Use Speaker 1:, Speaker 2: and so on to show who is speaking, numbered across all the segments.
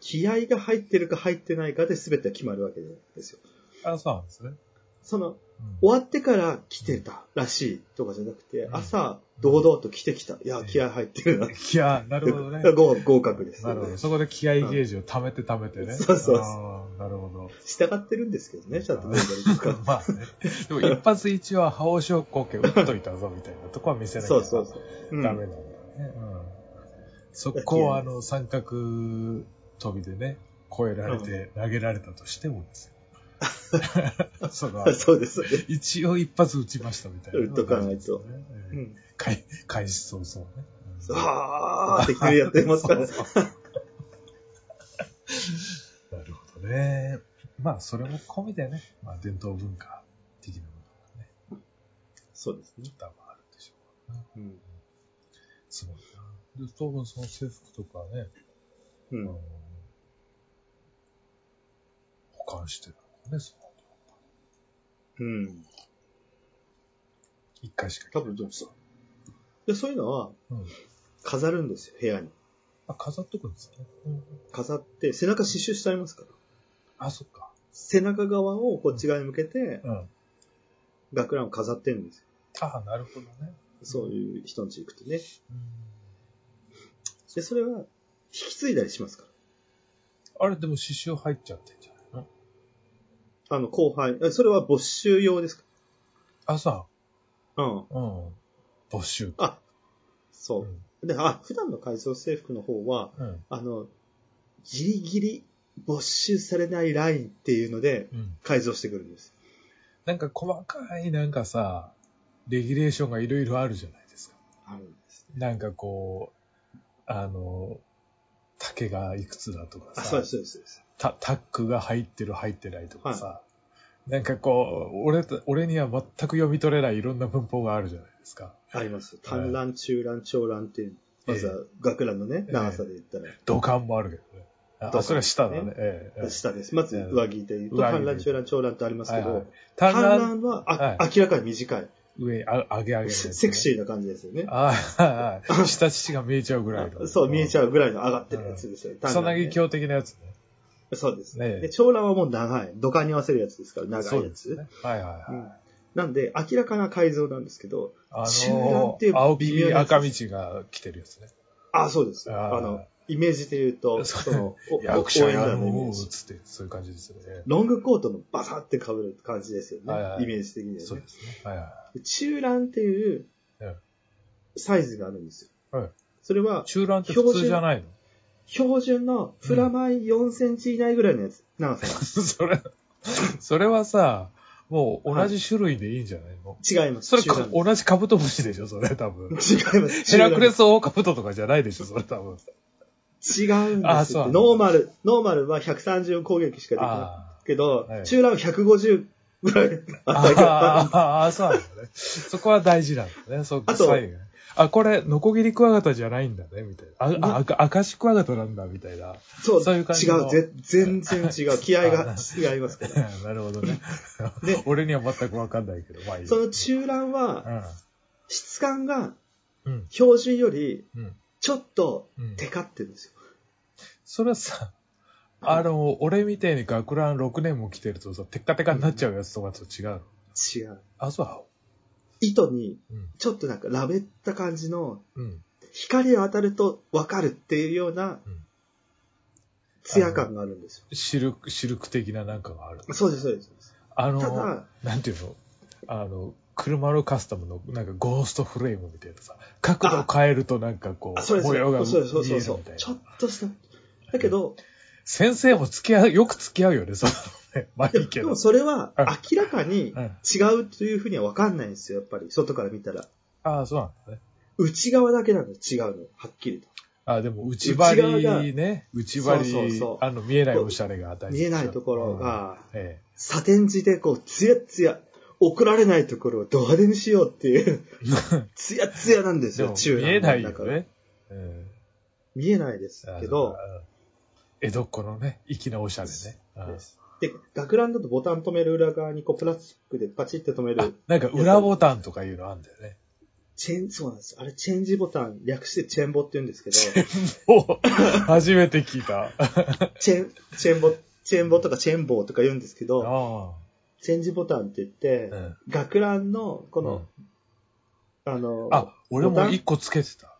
Speaker 1: 気合が入ってるか入ってないかで全て決まるわけですよ。
Speaker 2: あ、そうなんですね。
Speaker 1: その、
Speaker 2: うん
Speaker 1: 終わってから来てたらしいとかじゃなくて、
Speaker 2: うん
Speaker 1: 朝、堂々と来てきた。いや、
Speaker 2: うん
Speaker 1: 気合入ってるな。なる
Speaker 2: いや、なるほ どね。なる
Speaker 1: 合合格です、
Speaker 2: ほど。そこで気合ゲージを貯めて貯めてね。
Speaker 1: そうそうそう
Speaker 2: あーなるほど。
Speaker 1: 従ってるんですけどね、ちゃんと飲んだりと か。
Speaker 2: まあね。でも一発一応は覇王症候群打っといたぞみたいなとこは見せなきゃ
Speaker 1: そうそうそう。うん
Speaker 2: ダメなんだね。うん。そこをあの三角飛びでね、越えられて投げられたとしてもです よ。その
Speaker 1: あ そうです、ね。
Speaker 2: 一応一発打ちましたみたいなのが
Speaker 1: 打っとかないと
Speaker 2: ね。
Speaker 1: う
Speaker 2: うん
Speaker 1: ん。
Speaker 2: 開開始早々ね。うん
Speaker 1: あーって急にやってますから。
Speaker 2: そうそうなるほどね。まあ、それも込みでね、まあ、伝統文化的なものがね、
Speaker 1: そうですね。
Speaker 2: 多分あるでしょうか
Speaker 1: う
Speaker 2: らね。
Speaker 1: ん。
Speaker 2: すごいな。で、多分その制服とかね、
Speaker 1: う
Speaker 2: うんん、保管してるのかね、その、
Speaker 1: うん。
Speaker 2: 一回しか着
Speaker 1: 多
Speaker 2: ない
Speaker 1: 分そうそう。で、そういうのは
Speaker 2: うん、
Speaker 1: 飾るんですよ、部屋に。
Speaker 2: あ、飾っとくんですね。うん、
Speaker 1: 飾って、背中刺繍してありますから。
Speaker 2: あ、そっか。
Speaker 1: 背中側をこっち側に向けて、
Speaker 2: うん。
Speaker 1: 学ランを飾ってるんですよ。
Speaker 2: あなるほどね。
Speaker 1: そういう人んち行くとね。
Speaker 2: うん
Speaker 1: で、それは、引き継いだりしますか
Speaker 2: あれ、でも刺繍入っちゃってんじゃないの
Speaker 1: ら。あの、後輩。えそれは没収用ですか
Speaker 2: あ、さ、
Speaker 1: うん。
Speaker 2: うん。募集。
Speaker 1: あ、
Speaker 2: う
Speaker 1: そ
Speaker 2: ん。
Speaker 1: う。で、あ、普段の改造制服の方は、
Speaker 2: うん。
Speaker 1: あの、ギリギリ没収されないラインっていうので、
Speaker 2: うん。
Speaker 1: 改造してくるんです。
Speaker 2: なんか細かいなんかさ、レギュレーションがいろいろあるじゃないですか。
Speaker 1: あるんですね。
Speaker 2: なんかこう、あの、竹がいくつだとか
Speaker 1: あ、そう
Speaker 2: さ
Speaker 1: です、、そうですそうです。
Speaker 2: タタックが入ってる入ってないとかさ、なんかこう、俺と、俺には全く読み取れないいろんな文法があるじゃないですか。
Speaker 1: あります。単乱、中乱、長乱っていう、まずは学ランのね、
Speaker 2: ええ
Speaker 1: 長さで言ったら、
Speaker 2: 土管もあるけどね。あ、
Speaker 1: 土管
Speaker 2: それは下だね。
Speaker 1: ね
Speaker 2: ええええ
Speaker 1: 下です。まず上着で言うと、
Speaker 2: 上着で
Speaker 1: 単乱、中乱、長乱ってありますけ
Speaker 2: はいは
Speaker 1: ど
Speaker 2: い、単
Speaker 1: 単
Speaker 2: 乱
Speaker 1: 乱はあ
Speaker 2: は
Speaker 1: 明らかに短い。
Speaker 2: 上、あ上げ上げ、
Speaker 1: セセクシーな感じですよね
Speaker 2: ー。。あ あ、ああ下乳が見えちゃうぐらいの。
Speaker 1: そう、見えちゃ
Speaker 2: う。
Speaker 1: うぐらいの上がってるやつですよ。
Speaker 2: 草
Speaker 1: 単乱ね
Speaker 2: 薙京的なやつね。
Speaker 1: そうです
Speaker 2: ねえ
Speaker 1: ね。で、長乱はもう長い。土管に合わせるやつですから、長
Speaker 2: そ
Speaker 1: い
Speaker 2: う
Speaker 1: や
Speaker 2: で
Speaker 1: つ。
Speaker 2: すね。はいはいはい。
Speaker 1: うんなんで、明らかな改造なんですけど、
Speaker 2: あ
Speaker 1: 中段
Speaker 2: の
Speaker 1: っていう
Speaker 2: 青
Speaker 1: 微妙
Speaker 2: 木
Speaker 1: なやつ
Speaker 2: 赤道が来てるやつね。
Speaker 1: あ、そうです。
Speaker 2: あー
Speaker 1: あの、イメージで言うと、
Speaker 2: そう
Speaker 1: その、お
Speaker 2: 役者
Speaker 1: 応援
Speaker 2: や
Speaker 1: 団のイ
Speaker 2: ろ
Speaker 1: メ
Speaker 2: う
Speaker 1: ージ。
Speaker 2: つって、そういう感じですよね。
Speaker 1: ロングコートのバサって被る感じですよね。
Speaker 2: はいはい
Speaker 1: イメージ的に
Speaker 2: そ
Speaker 1: は
Speaker 2: う
Speaker 1: ね
Speaker 2: ですね。はいは
Speaker 1: で。中乱っていう
Speaker 2: うん
Speaker 1: サイズがあるんですよ。
Speaker 2: はい。、
Speaker 1: それはい
Speaker 2: 中乱って普通じゃないの
Speaker 1: 標準のプラマイ4センチ以内ぐらいのやつ、長さ
Speaker 2: それ、それはさ、もう同じ種類でいいんじゃないの
Speaker 1: が。違います。
Speaker 2: それ
Speaker 1: 中
Speaker 2: か、
Speaker 1: 段
Speaker 2: 同じカブトムシでしょ、それ多分。
Speaker 1: です違い ます。
Speaker 2: ヘラクレ
Speaker 1: ス
Speaker 2: スオオカブトとかじゃないでしょ、それ多分。
Speaker 1: 違うんで
Speaker 2: あ
Speaker 1: す
Speaker 2: そ
Speaker 1: よ。
Speaker 2: うなんだ
Speaker 1: ノーマル、ノーマルは130攻撃しかできない
Speaker 2: あ
Speaker 1: けど、
Speaker 2: はい
Speaker 1: 中乱は150ぐらい
Speaker 2: あ。
Speaker 1: あったから
Speaker 2: ああ、ああ、そうなんだね。そこは大事なんだね。そ
Speaker 1: あと
Speaker 2: 左右がねあ、これ、ノコギリクワガタじゃないんだね、みたいな。あ、あ、赤赤シクワガタなんだ、みたいな。
Speaker 1: そう、
Speaker 2: そういう感じの
Speaker 1: 違うぜ、全然違う。気合が違いますから。
Speaker 2: なるほどね
Speaker 1: で。
Speaker 2: 俺には全くわかんないけど、まあいい。
Speaker 1: その中乱は、質感が
Speaker 2: うん。うん。
Speaker 1: 標準より
Speaker 2: うん。
Speaker 1: ちょっと
Speaker 2: うん
Speaker 1: テカってるんですよ。
Speaker 2: それはさ、あの、俺みたいに学ラン6年も着てるとさ、テッカテカになっちゃうやつとかと違うの。
Speaker 1: 違う。
Speaker 2: あ、そ
Speaker 1: 糸に
Speaker 2: う。うん。
Speaker 1: ちょっとなんかラベった感じの
Speaker 2: うん。
Speaker 1: 光を当たるとわかるっていうような
Speaker 2: うん
Speaker 1: ツヤ感があるんです
Speaker 2: シルク、シルク的ななんかがある。
Speaker 1: よ。そうです、そうです。
Speaker 2: あ
Speaker 1: た
Speaker 2: の、
Speaker 1: だ、
Speaker 2: なんていうのあの、車のカスタムのなんかゴーストフレームみたいなさ、角度変えるとなんかこ
Speaker 1: あそう
Speaker 2: う、
Speaker 1: です
Speaker 2: 模様が見
Speaker 1: そうですそうで
Speaker 2: え
Speaker 1: す
Speaker 2: る
Speaker 1: そう
Speaker 2: みた
Speaker 1: で
Speaker 2: い
Speaker 1: す。ちょ
Speaker 2: な
Speaker 1: っ。とした。だけど、
Speaker 2: 先生も付き合う、よく付き合うよね、そのね。まあ
Speaker 1: で
Speaker 2: いいけ
Speaker 1: で
Speaker 2: ど。
Speaker 1: もそれは
Speaker 2: うん
Speaker 1: 明らかに
Speaker 2: うん
Speaker 1: 違うというふうにはわかんないんですよ、やっぱり。外から見たら。
Speaker 2: ああ、そうなんだね。
Speaker 1: 内側だけなの違うの、はっきりと。
Speaker 2: あ、でも内張りね。内張り。
Speaker 1: そうそうそう
Speaker 2: あの、見えないおしゃれが大事
Speaker 1: 見えないところ。が、
Speaker 2: うんえ
Speaker 1: サテン地でこう、ツヤツヤ、怒られないところをド派手にしようって いう、ツヤツヤなんで
Speaker 2: え。
Speaker 1: す
Speaker 2: で
Speaker 1: よ、
Speaker 2: も
Speaker 1: 中
Speaker 2: 見え
Speaker 1: 南
Speaker 2: ない
Speaker 1: なんだ
Speaker 2: よ
Speaker 1: から。
Speaker 2: ね。うん
Speaker 1: 見えないですけど、、
Speaker 2: あのうん江戸っ子のね、粋なおしゃれね。うん
Speaker 1: で、学ランだとボタン止める裏側にこう、プラスチックでパチって止め
Speaker 2: あ
Speaker 1: る。、
Speaker 2: なんか裏ボタンとかいうのあんだよね。
Speaker 1: チェン、そうなんですよ。あれ、チェンジボタン、略してチェンボって言うんですけど、
Speaker 2: お初めて聞いた。あ
Speaker 1: チェン、チェンボ、チェンボとかチェンボーとか言うんですけど、
Speaker 2: あ。
Speaker 1: チェンジボタンって言って
Speaker 2: う、ん。
Speaker 1: 学ランの、この、あの、
Speaker 2: あ、俺も一個つけてた。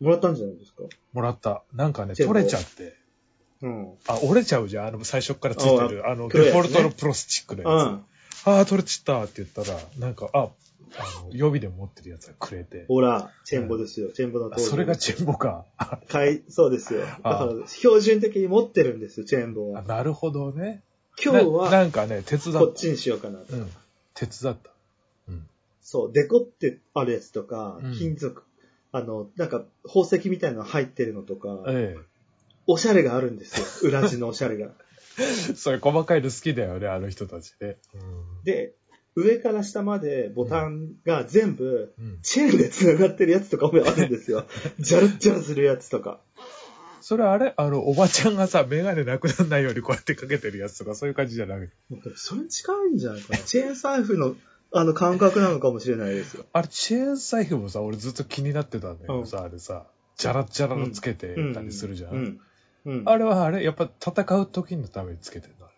Speaker 1: もらったんじゃないですか
Speaker 2: もらった。なんかね、
Speaker 1: チェンボ
Speaker 2: 取れちゃって。
Speaker 1: うん。
Speaker 2: あ、折れちゃうじゃん。あの、最初からついてる。あの、
Speaker 1: 黒い
Speaker 2: デ
Speaker 1: やつ
Speaker 2: フ
Speaker 1: ね
Speaker 2: ォルトのプロスチックの
Speaker 1: う
Speaker 2: や
Speaker 1: ん。
Speaker 2: つ。ああ、取れちったって言ったら、なんか、あ、あの、予備で持ってるやつがくれて。
Speaker 1: ほら、チェンボですよ。チェンボの
Speaker 2: あ
Speaker 1: 当時。
Speaker 2: それがチェンボか。あ、
Speaker 1: かい、そうですよ。だ
Speaker 2: あ
Speaker 1: から、標準的に持ってるんですよ、チェンボは。
Speaker 2: なるほどね。
Speaker 1: 今日
Speaker 2: なな
Speaker 1: は、
Speaker 2: んかね、手伝
Speaker 1: こ
Speaker 2: っ
Speaker 1: っちにしようかなと
Speaker 2: た。うん。手伝った。
Speaker 1: そう、デコってあるやつとか
Speaker 2: うん、
Speaker 1: 金属、あの、なんか、宝石みたいなの入ってるのとか、
Speaker 2: え
Speaker 1: おしゃれがあるんです よ。裏地のおしゃれが。
Speaker 2: え。それ細かいの好きだよね、あの人たちね。
Speaker 1: で、上から下までボタンが全部、
Speaker 2: うん。うん。
Speaker 1: チェーンで繋がってるやつとかもあるんです よ。ジャルッジャルするやつとか。
Speaker 2: それあれあの、おばちゃんがさ、メガネなくならないようにこうやってかけてるやつとか、そういう感じじゃなくて。
Speaker 1: もうそれに近いんじゃないかな。チェーン財布の、あの、感覚なのかもしれないですよ。
Speaker 2: あれ、チェーン財布もさ、俺ずっと気になってたんだけどさ、あれさ、ジャラッジャラのつけてたりするじゃん。
Speaker 1: うん。うん。
Speaker 2: あれはあれ、やっぱ戦う時のためにつけてるのあ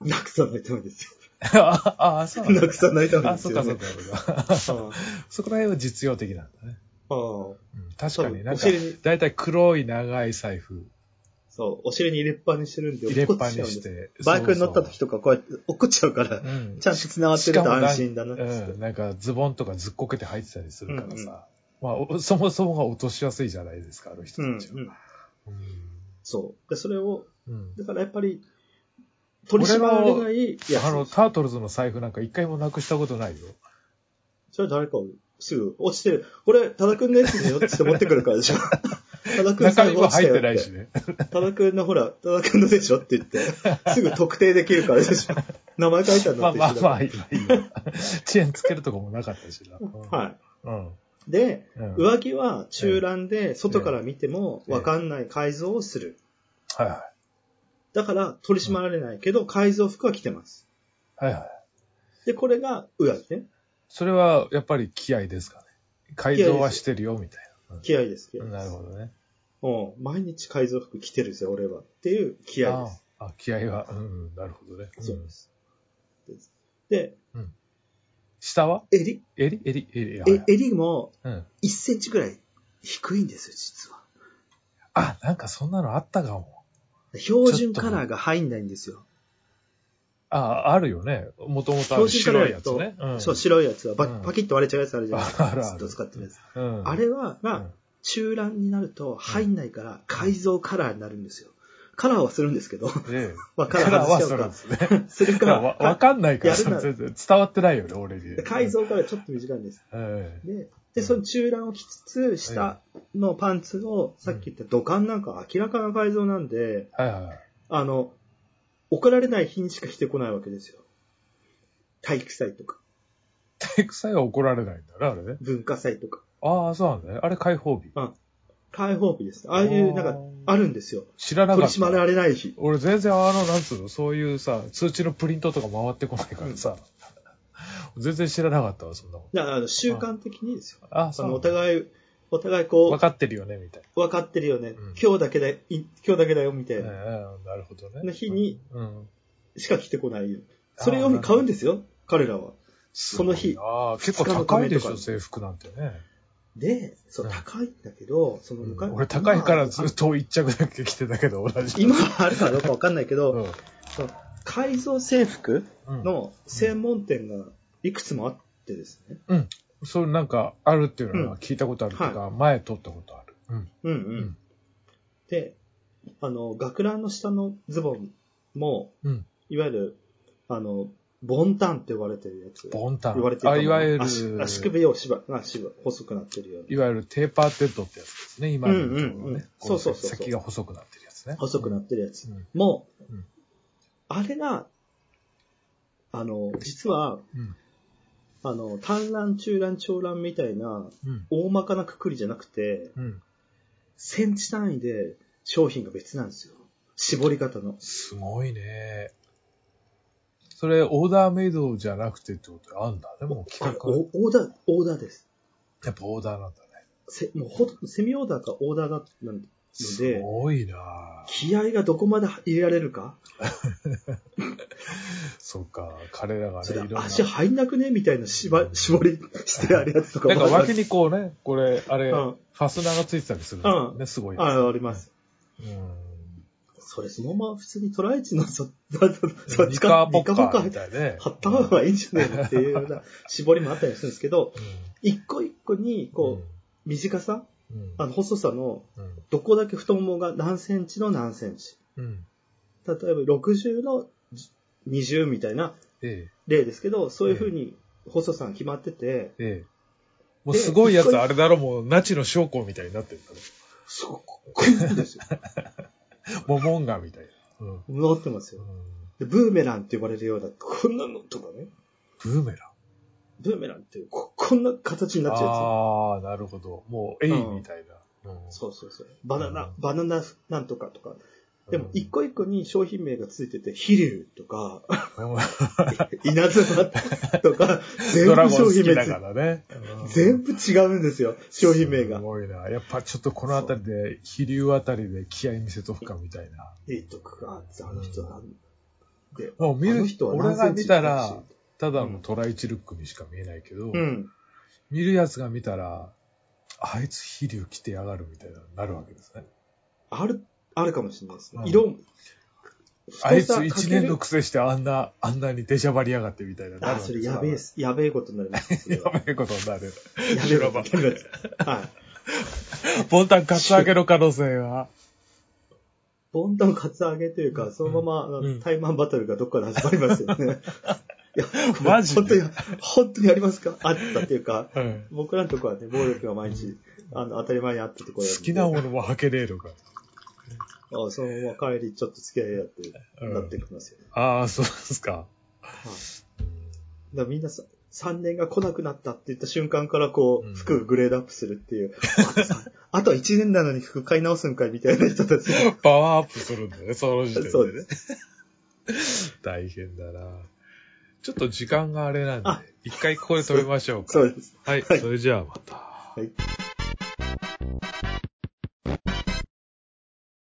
Speaker 1: なくさないためですよ。
Speaker 2: れはああ、そうなん
Speaker 1: な
Speaker 2: だ。
Speaker 1: くさないため
Speaker 2: あ、
Speaker 1: で
Speaker 2: そ
Speaker 1: す
Speaker 2: うか
Speaker 1: よ、
Speaker 2: そう
Speaker 1: ね
Speaker 2: か。そうか。
Speaker 1: そう
Speaker 2: そこら辺は実用的なんだね。
Speaker 1: ああ。
Speaker 2: うん、確かになんか
Speaker 1: 多分お尻に、
Speaker 2: だいたい黒い長い財布、
Speaker 1: そう。お尻に入れっぱにしてるんで、
Speaker 2: 入れっぱ
Speaker 1: 落っこちちゃ
Speaker 2: に
Speaker 1: うん
Speaker 2: し
Speaker 1: です。
Speaker 2: て。
Speaker 1: バイクに乗った時
Speaker 2: と
Speaker 1: とかこうやって落っこっちゃうから、
Speaker 2: か、うん
Speaker 1: ちゃんと繋がってると安心だなっつって。
Speaker 2: うん、なんかズボンとかずっこけて入ってたりするから
Speaker 1: うんうん
Speaker 2: さ、まあお、 そもそもが落としやすいじゃないですか、あの人
Speaker 1: うん、う
Speaker 2: たちは。
Speaker 1: ん。そう。で、それを、
Speaker 2: うん
Speaker 1: だからやっぱり、取り締まられないや
Speaker 2: あの、
Speaker 1: つ。
Speaker 2: タートルズの財布なんか一回もなくしたことないよ。
Speaker 1: それ誰かすぐ落ちてる。これ、多田くんのやつによって持ってくるからでし ょ。多田くん
Speaker 2: 中
Speaker 1: 財
Speaker 2: 身
Speaker 1: 布
Speaker 2: も
Speaker 1: 落ち
Speaker 2: 入ったて
Speaker 1: よ
Speaker 2: ない
Speaker 1: っ。
Speaker 2: してね。
Speaker 1: 多田くんのほら、多田くんのでしょって言って、すぐ特定できるからで しょ。名前書いてある
Speaker 2: ま
Speaker 1: の
Speaker 2: あ
Speaker 1: って
Speaker 2: まあ
Speaker 1: 一緒
Speaker 2: ま
Speaker 1: だ
Speaker 2: あ、いいよいいよチェーンつけるとこもなかったしな。
Speaker 1: から。はい。
Speaker 2: うん。
Speaker 1: で、
Speaker 2: うん。はい
Speaker 1: 上着は中乱で外から見てもわかんない改造をする。
Speaker 2: はい。
Speaker 1: だから取り締まられないけど改造服は着てます。
Speaker 2: はいはい。
Speaker 1: で、これが上着ね。
Speaker 2: それはやっぱり気合ですかね。改造はしてるよ、みたい
Speaker 1: 気合ですけ
Speaker 2: な。なるほどね。
Speaker 1: ど。うん。毎日改造服着てるぜ、俺は。っていう気合です。
Speaker 2: ああ、気合は、うん、なるほどね。うん
Speaker 1: そうです。ですで、
Speaker 2: 下は
Speaker 1: 襟、
Speaker 2: 襟襟襟。はい
Speaker 1: え襟も
Speaker 2: うん。
Speaker 1: 1センチぐらい低いんですよ、実は。
Speaker 2: あ、なんかそんなのあったかも。
Speaker 1: 標準カラーが入んないんですよ。
Speaker 2: あ、あるよね。もともとある白いやつね。ん、
Speaker 1: そう、白いやつはバ
Speaker 2: うん
Speaker 1: パキッと割れちゃうやつあるじゃないです
Speaker 2: あ
Speaker 1: か。
Speaker 2: るあ
Speaker 1: ず
Speaker 2: る
Speaker 1: っと使ってるやつ。
Speaker 2: うん、
Speaker 1: あれは、
Speaker 2: う
Speaker 1: まあ、
Speaker 2: ん
Speaker 1: 中乱になると入んないから改造カラーになるんですよ。カラーはするんです けど、
Speaker 2: で、
Speaker 1: まあ、カ
Speaker 2: カ
Speaker 1: ラ
Speaker 2: ラ
Speaker 1: ー
Speaker 2: ーは
Speaker 1: 外しち
Speaker 2: そ
Speaker 1: ゃ
Speaker 2: れ
Speaker 1: う
Speaker 2: で
Speaker 1: か。
Speaker 2: すね。
Speaker 1: するか
Speaker 2: だからわ わ
Speaker 1: ら、
Speaker 2: かんないから、
Speaker 1: やるな
Speaker 2: 全然伝わってないよね、俺に。
Speaker 1: 改造からちょっと短いんです。
Speaker 2: うん。
Speaker 1: で、でその中乱を着つつ、下のパンツを、さっき言った土管なんか明らかな改造なんで、
Speaker 2: はいはい。
Speaker 1: あの、怒られない日にしかしてこないわけですよ。体育祭とか、
Speaker 2: 体育祭は怒られないんだな、あれね。
Speaker 1: 文化祭とか、
Speaker 2: ああ、そうなんだね。あれ解放日。
Speaker 1: 開放日です。ああいう、なんか、あるんですよ。
Speaker 2: 知らな
Speaker 1: 取
Speaker 2: か
Speaker 1: り
Speaker 2: っ
Speaker 1: 締まら
Speaker 2: た。
Speaker 1: れない日。
Speaker 2: 俺全然あの、なんつうの、そういうさ、通知のプリントとか回ってこないからさ、全然知らなかったわ、そんなこ
Speaker 1: だからあの習慣的にですよ。
Speaker 2: と。あ、
Speaker 1: そ
Speaker 2: そう
Speaker 1: の
Speaker 2: な
Speaker 1: お
Speaker 2: んだ。
Speaker 1: 互い、お互いこう
Speaker 2: 分、かってるよね、みたい
Speaker 1: 分かってるよね、
Speaker 2: うん
Speaker 1: 今日だけだい今日だけだよみたい
Speaker 2: な。
Speaker 1: な、
Speaker 2: うんうんなるほどね。
Speaker 1: の日に
Speaker 2: うん、
Speaker 1: しか来てこないそれを買うんですよ彼らはその日
Speaker 2: ああ、結構高いでしょ、制服なんてね。
Speaker 1: でそう
Speaker 2: うん
Speaker 1: 高いんだけどその昔、
Speaker 2: 俺高いからずっと一着だけ着てたけど、同じ。
Speaker 1: 今はあるかどうか分かんないけど、
Speaker 2: うん、
Speaker 1: 改造制服
Speaker 2: うん。
Speaker 1: の専門店がいくつもあってですね、
Speaker 2: そうなんかあるっていうのは聞いたことあるとか、前撮ったことある。うん。
Speaker 1: うんうん
Speaker 2: ん
Speaker 1: であの学ランの下のズボンも、
Speaker 2: うん
Speaker 1: いわゆるあのボンタンって呼ばれてるやつ
Speaker 2: ボンタン。
Speaker 1: 言われてる
Speaker 2: あ、いわゆる、
Speaker 1: 足足首を縛あ縛細くなってるようない
Speaker 2: わゆるテーパーテッドってやつですね、今のところ
Speaker 1: う
Speaker 2: ね。
Speaker 1: んうんうん
Speaker 2: こ
Speaker 1: そうそうそうそう
Speaker 2: 先が細くなってるやつね。
Speaker 1: 細くなってるやつ
Speaker 2: うん
Speaker 1: もう、
Speaker 2: うん
Speaker 1: あれが、あの、実は、
Speaker 2: うん
Speaker 1: あの、単乱、中乱、長乱みたいな、
Speaker 2: うん。
Speaker 1: 大まかなくくりじゃなくて、
Speaker 2: うん。
Speaker 1: センチ単位で商品が別なんですよ。絞り方の。
Speaker 2: すごいね。それ、オーダーメイドじゃなくてってことあんだ。でも
Speaker 1: あ
Speaker 2: 企
Speaker 1: れ、
Speaker 2: 画、
Speaker 1: おオーダー、オーダーです。
Speaker 2: やっぱオーダーなんだね。
Speaker 1: せもうほとセミオーダーかオーダーだったんです
Speaker 2: ごいなぁ
Speaker 1: 気合がどこまで入れられるか、
Speaker 2: そうか、彼らがね、い
Speaker 1: それ
Speaker 2: ろんな。
Speaker 1: 足入んなくねみたいな絞絞りしてあるやつとかも
Speaker 2: なんか
Speaker 1: あ
Speaker 2: 脇
Speaker 1: り
Speaker 2: にこうね、これ、あれ、
Speaker 1: うん
Speaker 2: ファスナーがついてたりするんだよね、すごい。
Speaker 1: ますああります。
Speaker 2: うん。
Speaker 1: それそのまま普通にトライチのそ、 そ、そ、
Speaker 2: ニカポッ
Speaker 1: ニ
Speaker 2: カ
Speaker 1: カ
Speaker 2: ー
Speaker 1: ポッカ
Speaker 2: みたいで。
Speaker 1: 貼った方がいいんじゃないのっていうような絞りもあったりするんですけど、
Speaker 2: うん
Speaker 1: 一個一個に、こう、短さ、
Speaker 2: うん、
Speaker 1: あの、細さの、
Speaker 2: うん、
Speaker 1: どこだけ太ももが何センチの何センチ。
Speaker 2: うん。
Speaker 1: 例えば60の20みたいな
Speaker 2: え
Speaker 1: 例ですけど、そういう風に細さが決まってて、
Speaker 2: え、ええ。もうすごいやつ、あれだろ、もう、ナチの将校みたいになってるんだろ。
Speaker 1: すごくいいですよ。
Speaker 2: モモンガみたいな。うん。
Speaker 1: 戻ってます
Speaker 2: う
Speaker 1: よ。
Speaker 2: ん
Speaker 1: で、ブーメランって呼ばれるような、こんなのとかね。
Speaker 2: ブーメラン。
Speaker 1: ブーメランってこ、こんな形になっちゃうやつ。
Speaker 2: ああ、なるほど。もう、エイみたいな。うん
Speaker 1: そうそうそう。バナナ、
Speaker 2: うん
Speaker 1: バナナなんとかとか。でも
Speaker 2: う、ん
Speaker 1: 一個一個に商品名がついてて、飛竜と か、
Speaker 2: うん
Speaker 1: 稲妻とか、全
Speaker 2: ドラ
Speaker 1: 部
Speaker 2: ゴン
Speaker 1: 商
Speaker 2: 好
Speaker 1: 品
Speaker 2: き
Speaker 1: 名
Speaker 2: だ
Speaker 1: つ
Speaker 2: からね。
Speaker 1: 全部違うんですよ、商品名が
Speaker 2: す。ごいな。やっぱちょっとこの辺りで、飛竜あたりで気合見せとくかみたいな。
Speaker 1: いいとこがあって、あの人は、で、
Speaker 2: もう見
Speaker 1: あ
Speaker 2: る
Speaker 1: の人は
Speaker 2: 俺
Speaker 1: 何
Speaker 2: が
Speaker 1: センチ
Speaker 2: 見たら、ただのトライチルックにしか見えないけど、
Speaker 1: うん。
Speaker 2: 見るやつが見たら、あいつ飛竜来てやがるみたいな、なるわけですね。
Speaker 1: ある、あるかもしれないですね
Speaker 2: う。ん
Speaker 1: 色も、
Speaker 2: あい
Speaker 1: 太
Speaker 2: つ
Speaker 1: さ
Speaker 2: 一
Speaker 1: かけ
Speaker 2: 年
Speaker 1: る
Speaker 2: の癖してあんな、あんなに出しゃばりやがってみたいな。なる
Speaker 1: あ、
Speaker 2: わ
Speaker 1: そ
Speaker 2: け
Speaker 1: れ
Speaker 2: ですよ
Speaker 1: やべ え、すやべえことになります。それは
Speaker 2: やべえことになる。
Speaker 1: やべえことになります。はい。
Speaker 2: ボンタンカツアゲの可能性は。
Speaker 1: ボンタンカツアゲというか、そのままあ
Speaker 2: う
Speaker 1: の
Speaker 2: ん
Speaker 1: タイマンバトルがどっかで始まりますよ ね。いや
Speaker 2: マジで
Speaker 1: 本当に、本当にありますかあったっていうか、
Speaker 2: うん
Speaker 1: 僕らのとこはね、暴力が毎日、あの、当たり前にあったとこ
Speaker 2: 好
Speaker 1: ろなんで
Speaker 2: きなものも履けねえのか。
Speaker 1: あそのまま帰り、ちょっと付き合いやって、
Speaker 2: うん
Speaker 1: なってきますよね。
Speaker 2: ああ、そうですか。
Speaker 1: だからみんなさ、3年が来なくなったって言った瞬間からこ
Speaker 2: う
Speaker 1: う、
Speaker 2: ん
Speaker 1: 服がグレードアップするっていう、あとさあと1年なのに服買い直すんかいみたいな人た ち。
Speaker 2: パワーアップするんだね、その時点で、ね。
Speaker 1: そうです。
Speaker 2: 大変だな。ちょっと時間があれなんで
Speaker 1: あ、
Speaker 2: 一回ここで止めましょうか。
Speaker 1: そうです。
Speaker 2: はい、
Speaker 1: はい
Speaker 2: それじゃあまた。
Speaker 1: はい